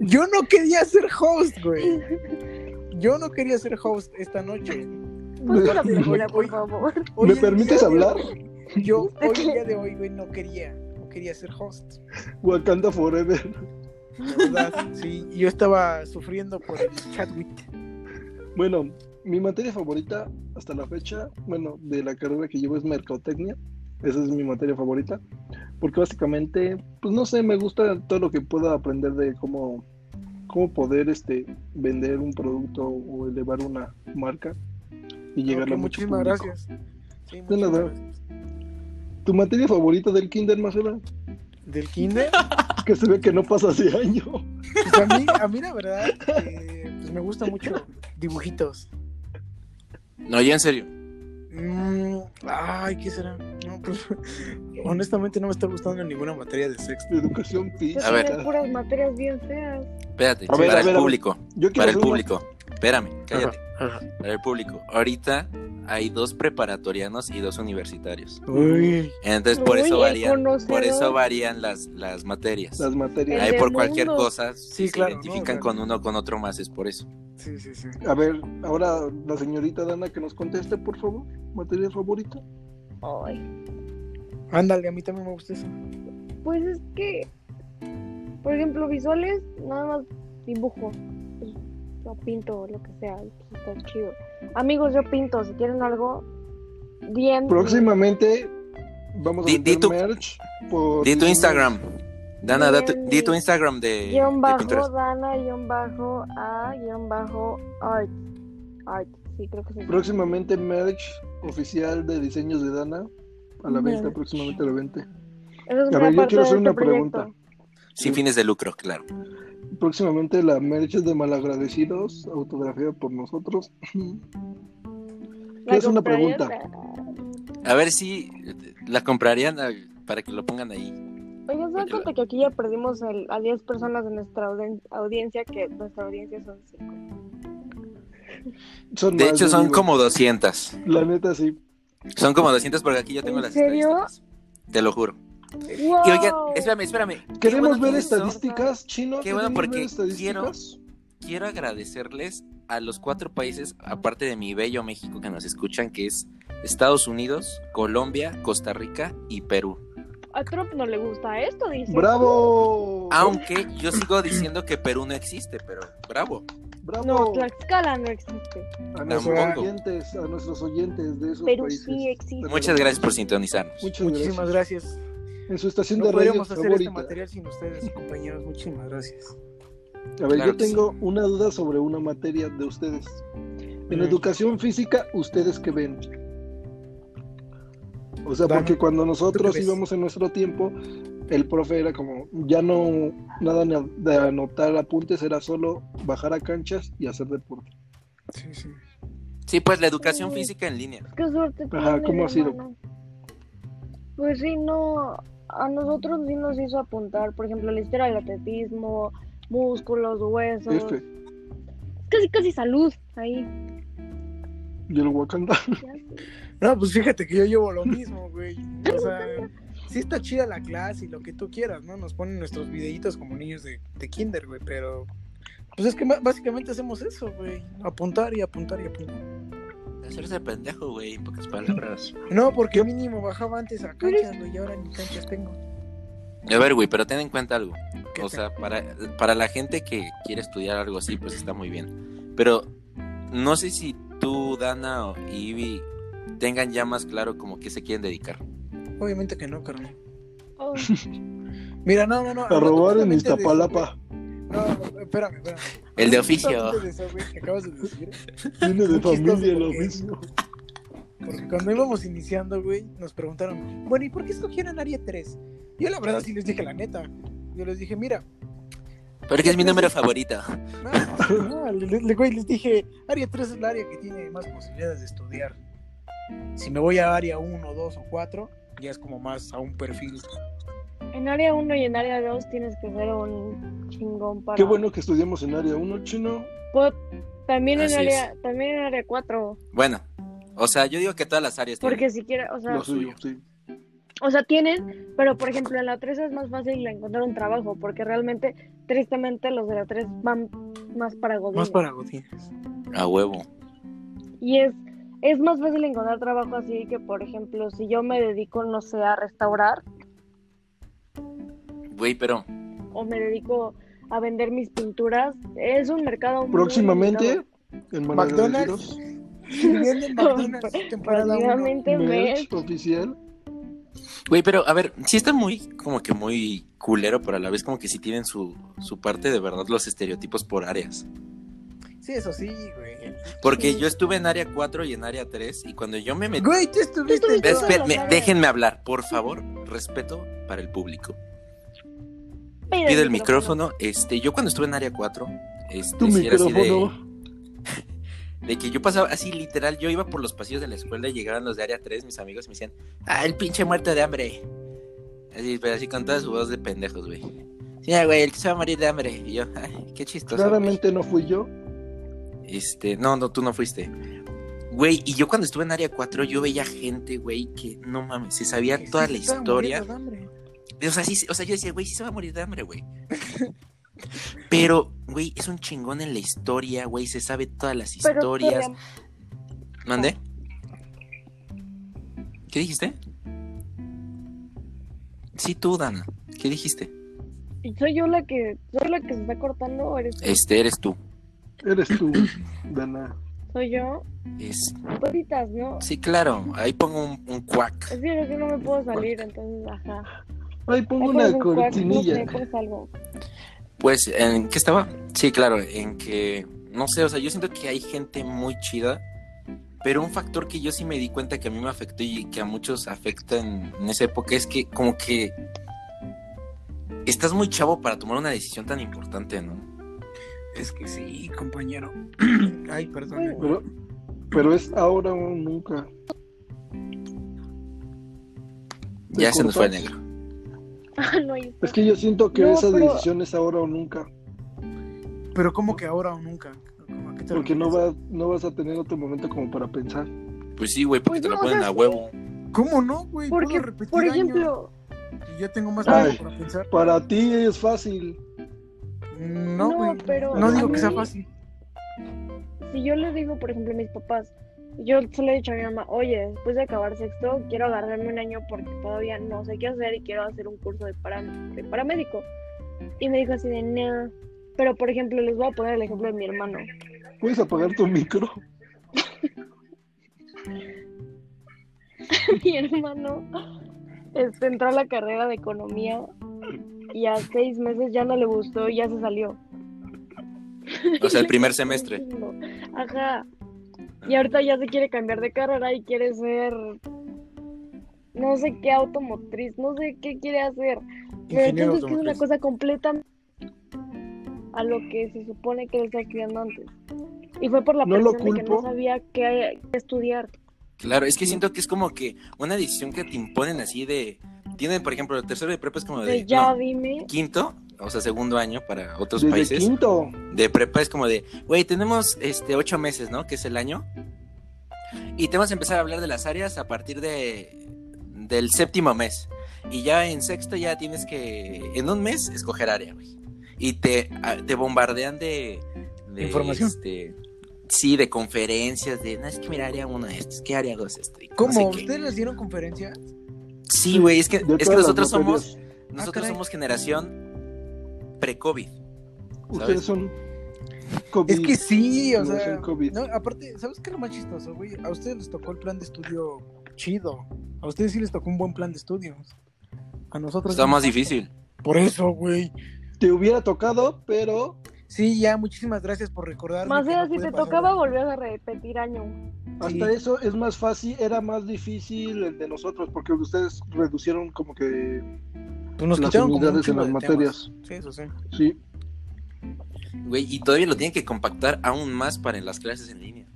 Yo no quería ser host, güey. Yo no quería ser host esta noche. Ponte la Oye, primera, por oye. favor. Hoy ¿Me en día permites de hablar? hoy- Yo, hoy el día de hoy, güey, no quería. No quería ser host. Wakanda Forever. La verdad, sí. y Yo estaba sufriendo por el Chadwick. Bueno, mi materia favorita hasta la fecha, bueno, de la carrera que llevo es mercadotecnia. Esa es mi materia favorita. Porque básicamente, pues no sé, me gusta todo lo que pueda aprender de cómo, cómo poder este, vender un producto o elevar una marca y llegar Ok, a mucho muchísimas público. gracias. Sí, muchísimas nada. gracias. ¿Tu materia favorita del Kinder, Marcela? ¿Del kinder? Que se ve que no pasa hace año. Pues a mí, a mí la verdad, eh, pues me gusta mucho dibujitos. No, ya en serio. Mm, ay, ¿qué será? No, pues, honestamente no me está gustando ninguna materia de sexto. Educación física. Tú A ver. tienes puras materias bien feas. Espérate, A ver, para a ver, a el ver. público. Yo quiero Para el hacer una- público. Espérame, cállate. Ajá, ajá. Para el público. Ahorita hay dos preparatorianos y dos universitarios. Uy, Entonces por eso Uy, el varían, por eso conocedor. varían las, las materias. Las materias. Ahí El por del cualquier mundo. cosa, Sí, si claro, se ¿no? O identifican sea- con uno o con otro más, es por eso. sí, sí, sí. A ver, ahora la señorita Dana que nos conteste, por favor, materia favorita. Ay, Ándale, a mí también me gusta eso. pues es que, por ejemplo, visuales, nada más dibujo. Pues, Yo pinto, lo que sea. y pues Está chido. Amigos, yo pinto. Si quieren algo, bien. Próximamente vamos a Di- di vender tu- merch por Di tu Instagram. Dana, da tu- Bien. di tu Instagram de, Guión Eh, de bajo, Pinterest. Dana, guión bajo, A, guión bajo, Art. Art, sí, creo que sí. Próximamente merch oficial de diseños de Dana. A la venta, Merch. próximamente a la venta. Esa es A una ver, yo parte quiero de hacer este una proyecto. pregunta. Sin fines de lucro, claro. Próximamente la merch de malagradecidos, autografiada por nosotros. ¿La hacer una comprarías? A ver si eh, la comprarían al- para que lo pongan ahí. Oigan, ¿se dan cuenta que aquí ya perdimos el- a 10 personas de nuestra audien- audiencia, que nuestra audiencia son 5? Son De más, hecho, yo son digo. como 200. La neta, sí. Son como 200 porque aquí yo tengo ¿En las serio? estadísticas. Te lo juro. ¡Wow! Y oigan, espérame, espérame. Qué Queremos bueno ver que eso. estadísticas, chino. Qué queremos bueno, ver porque estadísticas. quiero agradecerles a los cuatro países, aparte de mi bello México que nos escuchan, que es Estados Unidos, Colombia, Costa Rica y Perú. A Trump no le gusta esto, dice. ¡Bravo! Aunque yo sigo diciendo que Perú no existe, pero bravo. ¡Bravo! No, Tlaxcala no existe. a nuestros Tampoco. oyentes, a nuestros oyentes de esos Pero países. sí existe. Muchas gracias por sintonizarnos. Muchas Muchísimas gracias. gracias. En su estación No de radio podríamos hacer este favorita. material sin ustedes, compañeros. Muchísimas gracias. A ver, Claro yo que tengo una duda sobre una materia de ustedes. En Mm. educación física, ¿ustedes qué ven? O sea, Dame. porque cuando ¿Tú nosotros qué ves? íbamos en nuestro tiempo, el profe era como, ya no, nada na- de anotar apuntes, era solo bajar a canchas y hacer deporte. Sí, sí. Sí, pues la educación física en línea. Qué suerte Ajá, tienen, ¿cómo ha sido? hermano. Pues sí, no. A nosotros sí nos hizo apuntar, por ejemplo, la historia del atletismo, músculos, huesos. Este, Casi, casi salud ahí. yo lo voy a cantar. ya sé. No, pues fíjate que yo llevo lo mismo, güey. O sea, sí está chida la clase y lo que tú quieras, ¿no? Nos ponen nuestros videitos como niños de, de kinder, güey, pero... Pues es que ma- básicamente hacemos eso, güey. Apuntar y apuntar y apuntar. Hacerse pendejo, güey, en pocas palabras. No, porque mínimo bajaba antes a canchas, güey, y ahora ni canchas tengo. A ver, güey, pero ten en cuenta algo. ¿Qué O te- sea, para, para la gente que quiere estudiar algo así, pues está muy bien. Pero no sé si tú, Dana o- y Ivy tengan ya más claro como que se quieren dedicar. Obviamente que no, carnal. Oh, Mira, no, Ah, no, no. A robar en Iztapalapa. Iztapalapa. No, espérame, espérame. El Justamente de oficio. de eso, güey, que acabas de decir. Tiene de Muy familia chistoso lo porque- mismo. Porque cuando íbamos iniciando, güey, nos preguntaron, bueno, ¿y por qué escogieron área 3? Yo la verdad sí les dije la neta. Yo les dije, mira, Porque es mi número favorito. no, no, le- le- güey, les dije, área 3 es la área que tiene más posibilidades de estudiar. Si me voy a área 1, 2 o 4, ya es como más a un perfil. en área 1 y en área 2 tienes que ser un chingón para. Qué bueno que estudiamos en área 1, chino. Pues, también, en Así área, también en área 4. Bueno, o sea, yo digo que todas las áreas tienen. Porque siquiera, o sea, Lo suyo, sí. O sea, tienen, pero por ejemplo en la 3 es más fácil encontrar un trabajo, porque realmente, tristemente, los de la 3 van más para Godín. Más para Godines. A huevo. Y es, es más fácil encontrar trabajo así que, por ejemplo, si yo me dedico, no sé, a restaurar Güey, pero o me dedico a vender mis pinturas, es un mercado muy Próximamente, limitado. en McDonald's. Malagradecidos, Viviendo en McDonald's, temporada 1. Prácticamente, ¿ves? merch oficial. Güey, pero a ver, sí está muy, como que muy culero, pero a la vez como que sí tienen su, su parte de verdad los estereotipos por áreas. Sí, eso sí, güey. Porque yo estuve en área 4 y en área 3 y cuando yo me metí... Güey, tú estuviste. Tú estuviste- en todas Espe- las me- áreas. déjenme hablar, por favor, respeto para el público. Pide Pido el micrófono, este, yo cuando estuve en área 4, este, Tu sí era así de, micrófono. de que yo pasaba así literal, yo iba por los pasillos de la escuela y llegaban los de área 3, mis amigos, y me decían, ah, el pinche muerto de hambre. Así, pero así con toda su voz de pendejos, güey. Sí, ah, güey, el que se va a morir de hambre. Y yo, ay, qué chistoso. güey". Claramente no fui yo. Este, no, no, tú no fuiste. Güey, y yo cuando estuve en área 4, yo veía gente, güey, que no mames, se sabía que toda sí la estaba historia. muriendo de hambre. O sea, sí- o sea, yo decía, güey, sí se va a morir de hambre, güey. Pero, güey, es un chingón en la historia, güey, se sabe todas las Pero te historias. ¿Mandé? ¿Qué dijiste? Sí, tú, Dana. ¿Qué dijiste? ram- ¿Soy yo la que, soy la que se está cortando o eres tú? Este, eres tú. Eres tú, Dana. ¿Soy yo? Es... Cositas, ¿no? Sí, claro, ahí pongo un, un cuac. Es que yo no me puedo salir, entonces, ajá. Ay, pongo Ahí una pones pues, un cuarto, no cortinilla. sé, pones algo. Pues, ¿en qué estaba? Sí, claro, en que, no sé, o sea, yo siento que hay gente muy chida, pero un factor que yo sí me di cuenta que a mí me afectó y que a muchos afecta en, en esa época es que como que estás muy chavo para tomar una decisión tan importante, ¿no? Es que sí, compañero. Ay, perdón. eh, Bueno. güey. Pero, pues. pero es ahora o nunca. Te Ya se nos fue el cortas. negro. Ah, no, ahí está. Es que yo siento que No, esa pero- decisión es ahora o nunca. Pero ¿cómo que ahora o nunca? ¿Cómo a qué te Porque no, refieres? va, no vas a tener otro momento como para pensar. Pues sí, güey, porque Pues te lo no, o ponen sea, a sí. huevo. ¿Cómo no, güey? Puedo Porque, repetir por años ejemplo, y ya tengo más Ay. tiempo para pensar. Para ti es fácil. No, No, güey. pero No digo a que sea mí- fácil. si yo le digo, por ejemplo, a mis papás, yo se lo he dicho a mi mamá, oye, después de acabar sexto, quiero agarrarme un año porque todavía no sé qué hacer y quiero hacer un curso de, para- de paramédico. Y me dijo así de, nah. Pero, por ejemplo, les voy a poner el ejemplo de mi hermano. ¿Puedes apagar tu micro? mi hermano este, entró a la carrera de economía y a seis meses ya no le gustó y ya se salió. O sea, el primer semestre. Ajá. Y ahorita ya se quiere cambiar de carrera y quiere ser no sé qué automotriz, no sé qué quiere hacer. Pero Ingeniero entonces que es una automotriz. cosa completa a lo que se supone que le está criando antes. Y fue por la No lo presión de que no culpo. sabía qué qué estudiar. Claro, es que siento que es como que una decisión que te imponen así de... Tienen, por ejemplo, el tercero de prepa es como de... Entonces, ya no, dime. quinto, o sea, segundo año para otros Desde países. quinto. de prepa es como de, güey, tenemos este ocho meses, ¿no? Que es el año. Y te vamos a empezar a hablar de las áreas a partir de del séptimo mes. Y ya en sexto ya tienes que, en un mes, escoger área, güey. Y te, a- te bombardean de, de, Información. este, sí, de conferencias, de, no, es que mira, área uno es esto, es que área dos es esto. y no ¿Cómo? sé qué. ¿Ustedes les dieron conferencias? Sí, güey, es que, De es que todas las nosotros somos, materias. Ah, nosotros caray. somos generación pre-COVID. Ustedes ¿sabes? son. COVID. Es que sí, o No es sea. el COVID. No, aparte, ¿sabes qué es lo más chistoso, güey? A ustedes les tocó el plan de estudio chido. A ustedes sí les tocó un buen plan de estudios. A nosotros. Está más difícil. Por eso, güey. Te hubiera tocado, pero. Sí, ya, muchísimas gracias por recordar. Más allá, si te tocaba, volvías a repetir año. Hasta Sí. eso es más fácil, era más difícil el de nosotros, porque ustedes reducieron como que Pues nos las quitaron como un unidades en chingo las de materias. temas. Sí, eso sí. Sí, Güey, y todavía lo tienen que compactar aún más para en las clases en línea.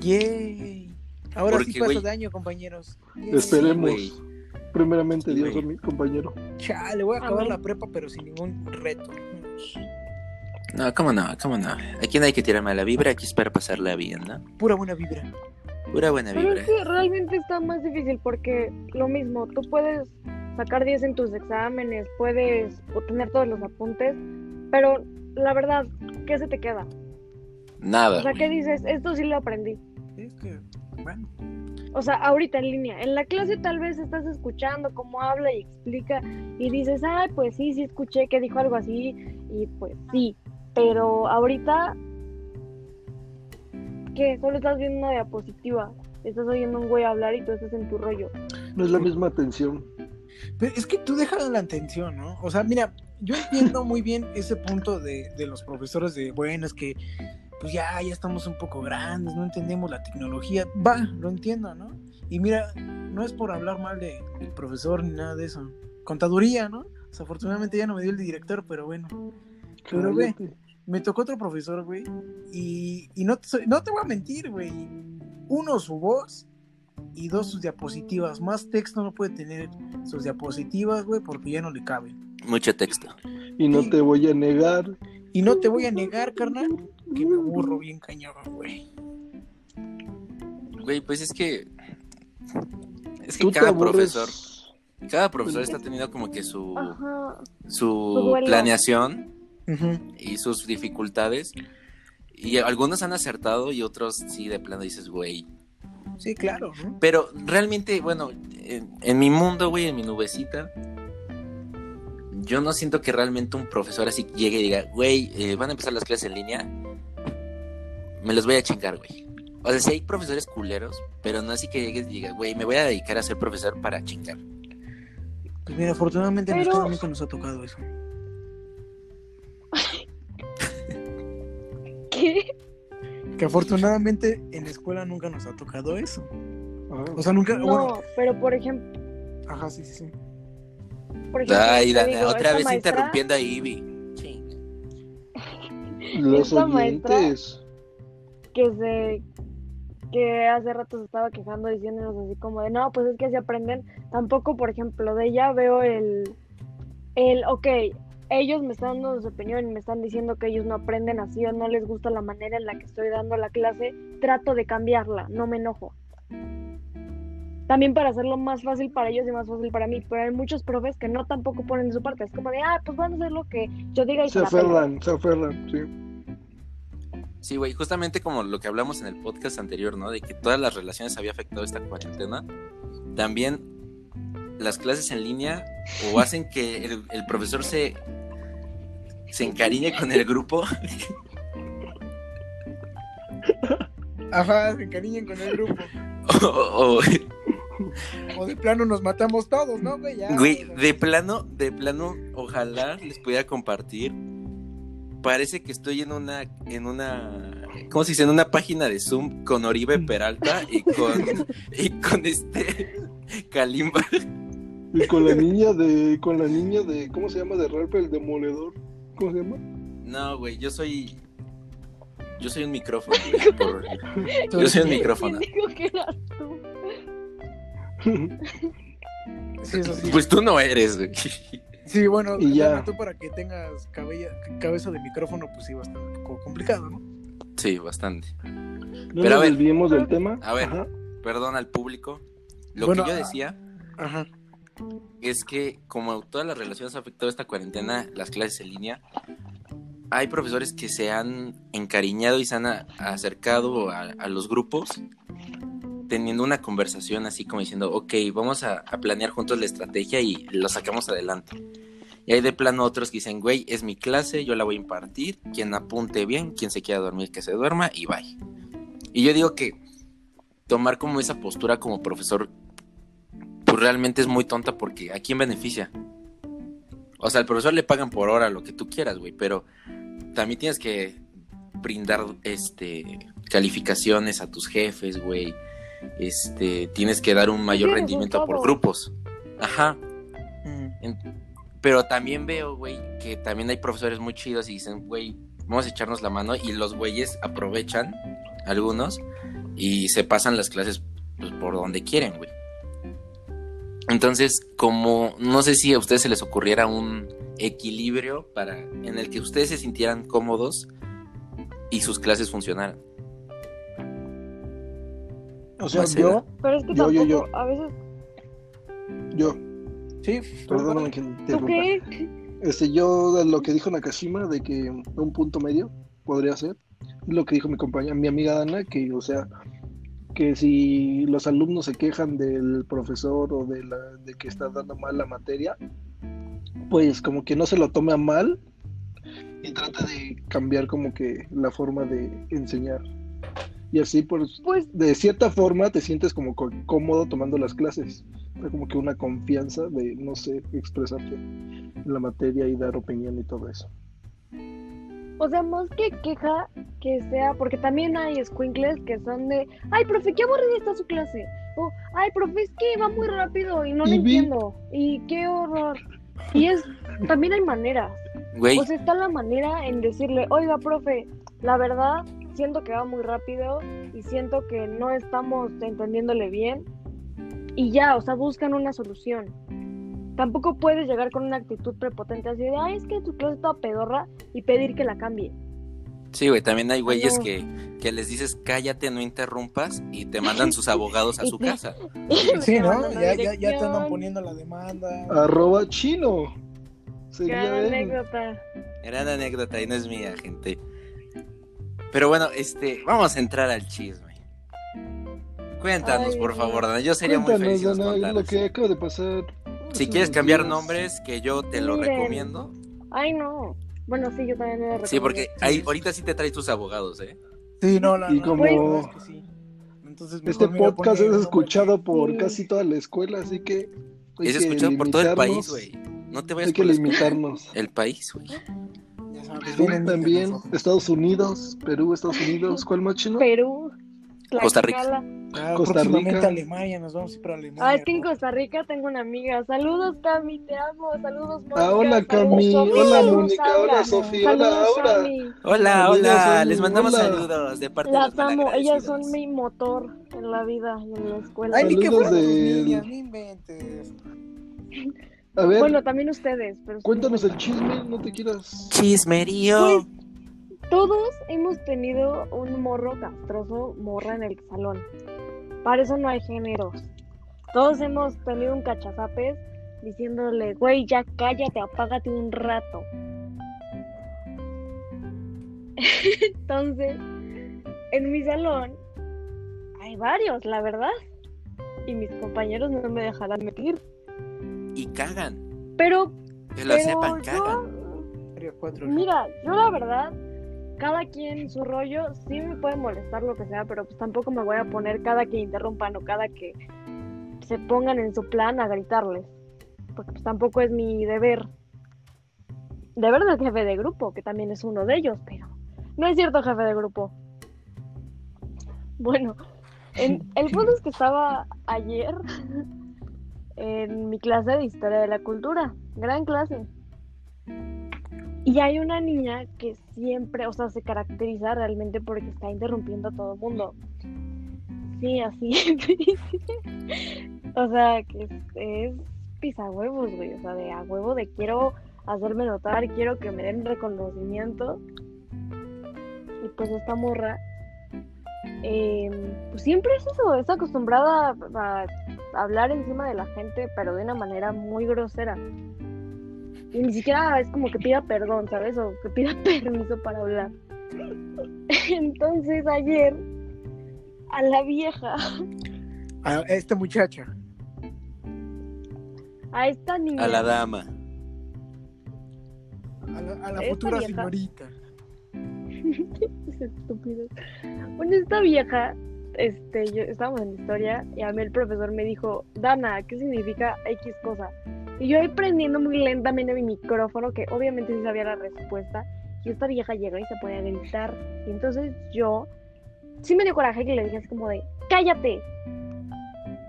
Yay. Ahora sí Porque, paso güey. de año, compañeros. Yay. esperemos. güey. Primeramente, Sí, Dios, güey. mi compañero. Chale, voy a acabar Amén. la prepa, pero sin ningún reto. No, cómo no, cómo no. Aquí no hay que tirar mala vibra, aquí es para pasarla bien, ¿no? Pura buena vibra. Pura buena Pero vibra. es que realmente está más difícil porque lo mismo, tú puedes sacar 10 en tus exámenes, puedes obtener todos los apuntes, pero la verdad, ¿qué se te queda? O Nada. sea, güey. ¿qué dices? Esto sí lo aprendí. Es que, bueno. O sea, ahorita en línea. En la clase tal vez estás escuchando cómo habla y explica y dices, ay, pues sí, sí escuché que dijo algo así y pues sí. Pero ahorita, ¿qué? Solo estás viendo una diapositiva. Estás oyendo un güey hablar y tú estás en tu rollo. No es la misma atención. Pero es que tú dejas la atención, ¿no? O sea, mira, yo entiendo muy bien ese punto de, de los profesores de, bueno, es que pues ya, ya estamos un poco grandes, no entendemos la tecnología. Va, lo entiendo, ¿no? Y mira, no es por hablar mal de- del profesor ni nada de eso. Contaduría, ¿no? Desafortunadamente ya no me dio el director, pero bueno. Pero ve, Cállate. me tocó otro profesor, güey, y, y no, te, soy- no te voy a mentir, güey. Uno, su voz, y dos, sus diapositivas. Más texto no puede tener sus diapositivas, güey, porque ya no le caben. Mucho texto. Y no sí. te voy a negar. Y no te voy a negar, carnal, que me aburro bien cañón, güey. Güey, pues es que. Es que Tú te cada aburres. profesor. Cada profesor está teniendo como que su. Pues, Ajá. Su Su duelo. planeación y sus dificultades. Y algunos han acertado y otros sí, de plano dices, güey, Sí, claro, ¿no? Pero realmente, bueno, en, en mi mundo, güey, en mi nubecita, yo no siento que realmente un profesor así llegue y diga, güey, eh, van a empezar las clases en línea, me los voy a chingar, güey. O sea, sí hay profesores culeros, pero no así que llegues y digas, güey, me voy a dedicar a ser profesor para chingar. Pues mira, afortunadamente a nosotros Pero- nunca nos ha tocado eso. ¿Qué? Que afortunadamente en la escuela nunca nos ha tocado eso. Ah, O sea, nunca, No, bueno, pero por ejemplo, ajá, sí, sí, sí. por ejemplo Ay, te la- digo, otra esta vez maestra- interrumpiendo a Ivy. Sí. los esta maestra- oyentes. que se que hace rato se estaba quejando diciéndonos así como de no pues es que así aprenden tampoco por ejemplo de ella veo el el ok ellos me están dando su opinión y me están diciendo que ellos no aprenden así o no les gusta la manera en la que estoy dando la clase trato de cambiarla no me enojo también para hacerlo más fácil para ellos y más fácil para mí pero hay muchos profes que no tampoco ponen de su parte es como de ah pues van a hacer lo que yo diga y Se se la pelan". aferran, se aferran, sí. Sí, güey, justamente como lo que hablamos en el podcast anterior, ¿no? De que todas las relaciones había afectado esta cuarentena. También las clases en línea o hacen que el, el profesor se, se encariñe con el grupo. Ajá, se encariñen con el grupo. o- o- o- O de plano nos matamos todos, ¿no, güey? Ya, Güey, o sea, de plano, de plano, ojalá les pudiera compartir. Parece que estoy en una, en una, ¿cómo se dice? En una página de Zoom con Oribe Peralta y con, y con este Kalimba. Y con la niña de, con la niña de, ¿cómo se llama? De Ralph el demoledor. ¿Cómo se llama? No, güey, yo soy, yo soy un micrófono. güey, por- yo soy un micrófono. ¿Quién dijo que eras tú? Sí, eso sí. Pues tú no eres, güey. Sí, bueno, Y ya. tú para que tengas cabella, cabeza de micrófono, pues sí va a estar un poco complicado, ¿no? Sí, bastante. No Pero a nos ver. desviemos del tema. A ver. Ajá. Perdón al público. Lo Bueno, que yo ah. decía Ajá. es que como todas las relaciones ha afectado esta cuarentena, las clases en línea, hay profesores que se han encariñado y se han a- acercado a, a los grupos teniendo una conversación así como diciendo, ok, vamos a, a planear juntos la estrategia y lo sacamos adelante. Y hay de plano otros que dicen, güey, es mi clase, yo la voy a impartir, quien apunte bien, quien se quiera dormir, que se duerma y bye. Y yo digo que tomar como esa postura como profesor pues realmente es muy tonta porque ¿a quién beneficia? O sea, al profesor le pagan por hora, lo que tú quieras, güey, pero también tienes que brindar este calificaciones a tus jefes, güey. Este, tienes que dar un mayor Sí, rendimiento por resultados. grupos. Ajá. Mm. Pero también veo, güey, que también hay profesores muy chidos y dicen, güey, vamos a echarnos la mano. Y los güeyes aprovechan, algunos, y se pasan las clases pues, por donde quieren, güey. Entonces, como no sé si a ustedes se les ocurriera un equilibrio para en el que ustedes se sintieran cómodos y sus clases funcionaran. O sea, Marcela. yo. Pero es que Yo, tampoco, yo, yo. a veces, Yo, Sí, pues, perdóname que ¿tú interrumpa. qué? Este, yo de lo que dijo Nakashima de que un punto medio podría ser, lo que dijo mi compañera, mi amiga Ana, que o sea, que si los alumnos se quejan del profesor o de, la, de que está dando mal la materia, pues como que no se lo tome a mal y trate de cambiar como que la forma de enseñar. Y así pues Pues de cierta forma te sientes como co- cómodo tomando las clases. O sea, como que una confianza de, no sé, expresarte en la materia y dar opinión y todo eso. O sea, más que queja que sea, porque también hay escuincles que son de, ay, profe, qué aburrida está su clase. O, ay, profe, es que va muy rápido y no Y lo vi- entiendo. Y qué horror. Y es, también hay maneras. Güey, O sea, Pues está la manera en decirle, oiga, profe, la verdad, siento que va muy rápido y siento que no estamos entendiéndole bien. Y ya, o sea, buscan una solución. Tampoco puedes llegar con una actitud prepotente así de, ay, es que tu clase está pedorra y pedir que la cambie. sí, güey, también hay güeyes no. que, que les dices cállate, no interrumpas y te mandan sus abogados a Y su te- casa. sí, Te ¿no? mandan Ya, a ya, ya te dirección. andan poniendo la demanda. Arroba chino. Gran Sería él. anécdota. Gran anécdota y no es mía, gente. Pero bueno, este, vamos a entrar al chisme. Cuéntanos, Ay, por Dios. favor, Dana. Yo sería muy Cuéntanos, feliz si nos Dana, lo contaras. que acaba de pasar. Este Si hace quieres unos cambiar días. nombres, que yo te lo Miren. recomiendo. Ay, no. Bueno, sí, yo también me lo Sí, recomiendo. porque ahí, ahorita sí te traes tus abogados, ¿eh? Sí, no, la. Y la como- verdad es que sí. Entonces, Este mejor, mira, podcast ponle es un nombre escuchado por Sí. casi toda la escuela, así que Hay Es que escuchado por todo el país, limitarnos, güey. No te vayas Hay que por la- limitarnos. el país, güey. Ya saben, Perú vienen también, nosotros. Estados Unidos, Perú, Estados Unidos, ¿cuál más chino? Perú. Costa Rica. Tlaxcala. Ah, Costa próximamente Rica. Alemania, nos vamos a ir para Alemania. Ah, es que en ¿no? Costa Rica tengo una amiga. Saludos, Cami, te amo. Saludos, Mónica. Ah, hola Saludos, Cami, Sofi. hola Saludos, Mónica, Aura. hola Sofía, hola Saludos, Aura. Cami. Hola, Ellas hola. son- Les mandamos hola. saludos de parte de Las los amo, ellas son malagradecidos. mi motor en la vida y en la escuela. Ay, ni que Saludos fueran tus del- niñas, no inventes. A ver, Bueno, también ustedes, pero cuéntanos el chisme, no te quieras. Chismerío. todos hemos tenido un morro castroso, morra en el salón. Para eso no hay géneros. Todos hemos tenido un cachazapes diciéndole, güey, ya cállate, apágate un rato. Entonces, en mi salón hay varios, la verdad. Y mis compañeros no me dejarán mentir. Y cagan. Pero Que lo Pero sepan, yo- cagan. Sería cuatro. Mira, yo la verdad, cada quien su rollo, sí me puede molestar lo que sea, pero pues tampoco me voy a poner cada que interrumpan o cada que se pongan en su plan a gritarles, porque pues tampoco es mi deber. Deber del jefe de grupo, que también es uno de ellos, pero no es cierto jefe de grupo. Bueno, en- el punto es que estaba ayer en mi clase de historia de la cultura, gran clase. Y hay una niña que siempre, o sea, se caracteriza realmente porque está interrumpiendo a todo el mundo. Sí, así. o sea, que es, es pisahuevos, güey. O sea, de a huevo de quiero hacerme notar, quiero que me den reconocimiento. Y pues esta morra, eh, pues siempre es eso, es acostumbrada a, a hablar encima de la gente, pero de una manera muy grosera. Y ni siquiera es como que pida perdón, ¿sabes? O que pida permiso para hablar. Entonces ayer a la vieja, A esta muchacha. a esta niña, A la dama. A la, a la Esta futura vieja. señorita. estúpido. Bueno, esta vieja, este, yo estábamos en historia y a mí el profesor me dijo, Dana, ¿qué significa X cosa? Y yo ahí prendiendo muy lentamente mi micrófono, que obviamente sí sabía la respuesta, y esta vieja llega y se pone a gritar. Y entonces yo sí me dio coraje que le dije así como de, cállate.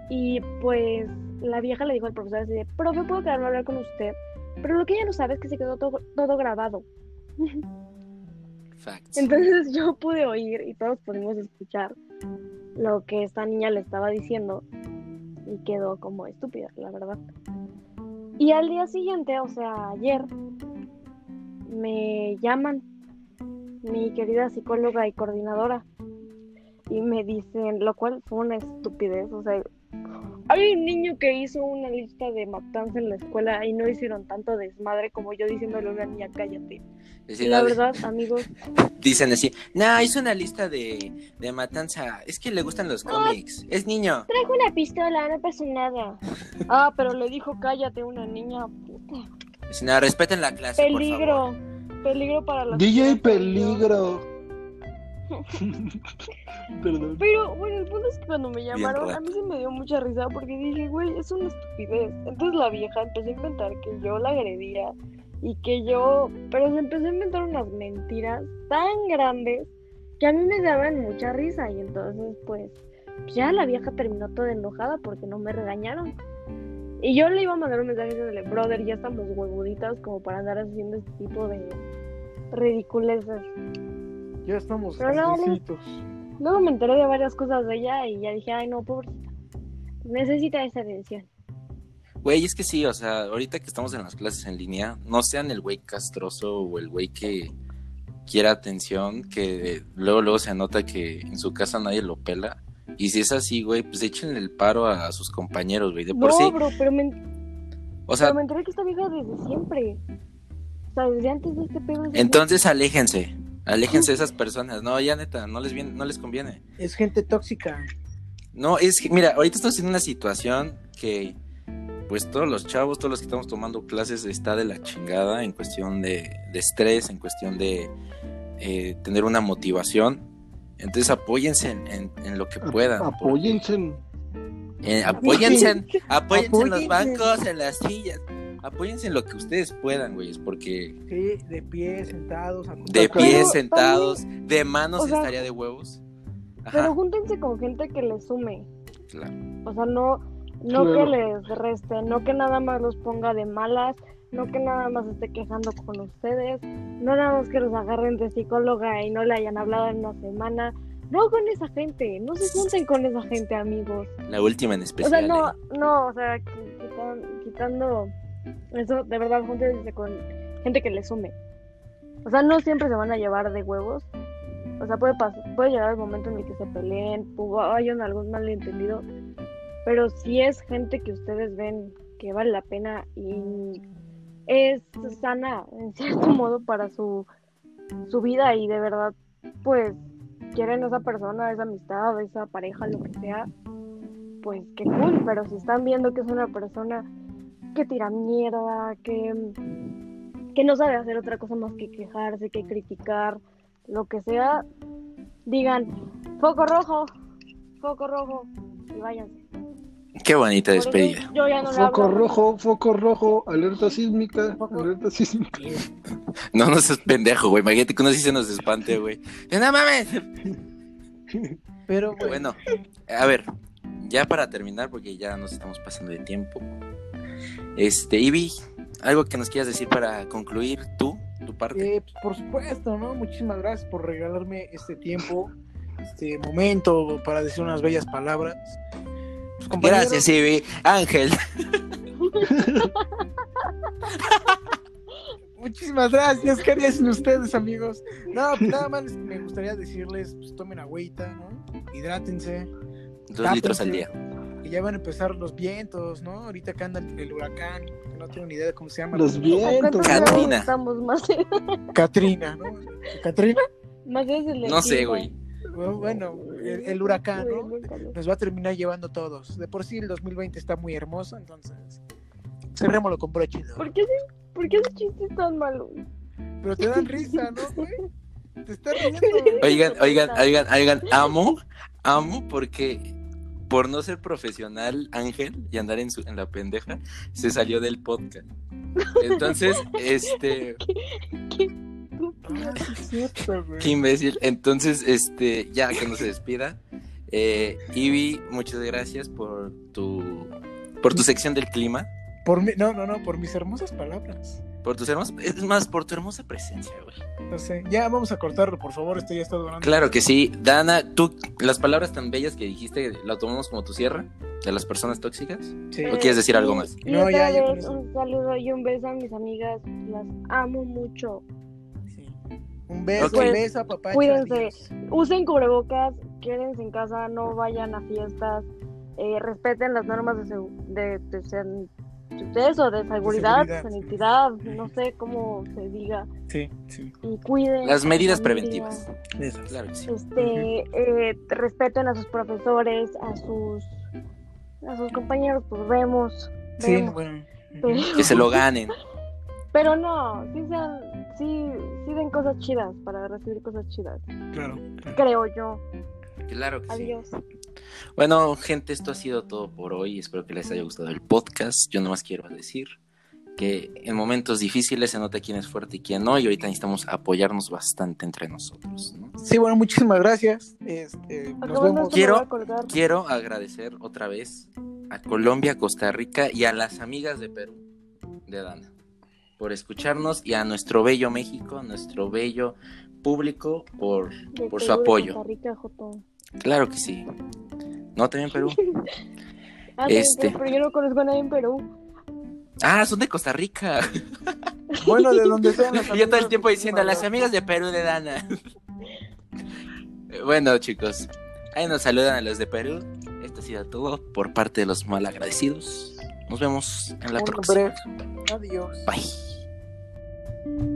Y pues la vieja le dijo al profesor así de, profe, puedo quedarme a hablar con usted, pero lo que ella no sabe es que se quedó todo- todo grabado. Facts. Entonces yo pude oír y todos pudimos escuchar lo que esta niña le estaba diciendo y quedó como estúpida, la verdad. Y al día siguiente, o sea, ayer, me llaman mi querida psicóloga y coordinadora y me dicen, lo cual fue una estupidez, o sea, hay un niño que hizo una lista de matanzas en la escuela y no hicieron tanto desmadre como yo diciéndole a una niña, cállate. Dicen, Y la "Ale". verdad, amigos, Dicen así. No, hizo una lista de, de matanza. Es que le gustan Ah. los cómics. Es niño. Trajo una pistola, no pasa nada. Ah, pero le dijo cállate una niña. Puta. Dicen, no, respeten la clase, por favor. Peligro. Peligro para los DJ Peligro. Perdón. Pero bueno, el punto es que cuando me llamaron, rata. a mí se me dio mucha risa porque dije, güey, es una estupidez. Entonces la vieja empezó a inventar que yo la agredía y que yo. Pero se empezó a inventar unas mentiras tan grandes que a mí me daban mucha risa. Y entonces, pues, ya la vieja terminó toda enojada porque no me regañaron. Y yo le iba a mandar un mensaje diciéndole, brother, ya estamos huevuditas como para andar haciendo este tipo de ridiculeces. Ya estamos Pero no, no. grandecitos. Luego me enteré de varias cosas de ella y ya dije, ay no, pobrecita. Necesita esa atención. Güey, es que sí, o sea, ahorita que estamos en las clases en línea, no sean el güey castroso o el güey que quiera atención, que luego luego se anota que en su casa nadie lo pela. Y si es así, güey, pues échenle el paro a, sus compañeros, güey, de por no, sí. bro, pero me, O sea, pero me enteré que esta vieja desde siempre. O sea, desde antes de este pedo. desde- entonces aléjense, aléjense de esas personas. No, ya neta, no les, viene- no les conviene. Es gente tóxica. No, es que, mira, ahorita estamos en una situación que, pues todos los chavos, todos los que estamos tomando clases, está de la chingada en cuestión de, de estrés, en cuestión de eh, tener una motivación. Entonces apóyense en, en- en lo que puedan. Apóyense. Eh, apóyense, apóyense en los bancos, en las sillas. Apóyense en lo que ustedes puedan, güey, porque Sí, de pie, sentados. de acostados. pies Pero sentados, de manos o sea, estaría de huevos. Pero Ajá, júntense con gente que les sume. claro. O sea, no, no Claro. que les reste, no que nada más los ponga de malas, no que nada más esté quejando con ustedes, no nada más que los agarren de psicóloga y no le hayan hablado en una semana. No con esa gente, no se junten con esa gente, amigos. La última en O sea, especial. no, eh. no, o sea, qui- quitan- quitando eso, de verdad, júntense con gente que les sume. O sea, no siempre se van a llevar de huevos. O sea, puede pas- puede llegar el momento en el que se peleen, o hayan algún malentendido. Pero si es gente que ustedes ven que vale la pena y es sana, en cierto modo, para su, su vida y de verdad, pues, quieren a esa persona, esa amistad, esa pareja, lo que sea, pues qué cool, pero si están viendo que es una persona que tira mierda, que, que no sabe hacer otra cosa más que quejarse, que criticar, lo que sea, digan, foco rojo, foco rojo, y váyanse. Qué bonita Por eso despedida. Yo ya no le Foco hablo. rojo, foco rojo, alerta sísmica, Foco- alerta sísmica. No, no seas pendejo, güey. Imagínate que uno sí se nos espante, güey. No mames. Pero, pues, bueno, Bueno, a ver, ya para terminar, porque ya nos estamos pasando de tiempo. Este, Ibi, algo que nos quieras decir para concluir tú, tu parte. eh, pues, por supuesto, ¿no? Muchísimas gracias por regalarme este tiempo, este momento para decir unas bellas palabras. Pues, compañeros, Gracias, Ibi. Ángel, Muchísimas gracias, ¿qué haría sin ustedes, amigos? No, pues, nada más me gustaría decirles, pues tomen agüita, ¿no? Hidrátense, dos litros al día. que ya van a empezar los vientos, ¿no? Ahorita que anda el, el huracán, que no tengo ni idea de cómo se llama. Los ¿A cuántos vientos. Cat- grados Catrina. estamos más, Catrina, ¿no? Catrina, más desde el No sé, güey. bueno, el, el huracán, ¿no? Nos va a terminar llevando todos. De por sí el 2020 está muy hermoso, entonces cerrémoslo con broche de oro. ¿Por qué, ese- ¿Por qué ese chiste es tan malo? Pero te dan risa, ¿no, güey? Te estás riendo. Oigan, oigan, oigan, oigan, amo, amo porque por no ser profesional, Ángel, y andar en, su, en la pendeja, se salió del podcast. Entonces, este... Ah, sí es cierto, güey. Qué imbécil. Entonces, este, ya que no se despida. Eh, Ivy, muchas gracias por tu por tu sección del clima, Por mi- no, no, no, por mis hermosas palabras. por tus hermosas, es más, por tu hermosa presencia, güey. No sé, ya vamos a cortarlo, por favor, esto ya está durando. Claro que sí. Dana, tú, las palabras tan bellas que dijiste, ¿la tomamos como tu cierre? ¿De las personas tóxicas? Sí. ¿O quieres decir algo más? Y No, otra ya, ya con vez, eso. un saludo y un beso a mis amigas. Las amo mucho. Sí. Un beso, Ok. un beso, papá. Cuídense. adiós. Usen cubrebocas, quédense en casa, no vayan a fiestas, eh, respeten las normas de, segu- de, de sen- de eso, de seguridad, seguridad, sí. sanidad, no sé cómo se diga. Sí, sí. Y cuiden. Las a su medidas familia. preventivas. Claro que sí. este eh, respeten a sus profesores, a sus a sus compañeros, pues vemos, Sí, vemos. bueno. pero, Que se lo ganen. pero no, sí sean, sí, sí den cosas chidas para recibir cosas chidas, Claro. claro. creo yo. Claro que sí. Adiós. Bueno, gente, esto ha sido todo por hoy. Espero que les haya gustado el podcast. Yo nomás quiero decir que en momentos difíciles se nota quién es fuerte y quién no, y ahorita necesitamos apoyarnos bastante entre nosotros. ¿no? Sí, bueno, muchísimas gracias. Este, nos Acabando vemos. esto me Quiero- voy a colgar. Quiero agradecer otra vez a Colombia, Costa Rica y a las amigas de Perú, de Dana, por escucharnos y a nuestro bello México, a nuestro bello público, por... De por su Perú, de apoyo. Costa Rica, Jotón. Claro que sí. No, también Perú. Ah, sí, Este. Pero yo no conozco a nadie en Perú. Ah, son de Costa Rica. Bueno, de donde sean las Y yo todo el amigas, tiempo diciendo a muchísimas las amigas de Perú de Dana. bueno, chicos, ahí nos saludan a los de Perú. Esto ha sido todo por parte de los malagradecidos. Nos vemos en la gracias. próxima. Un breve. Adiós. Bye.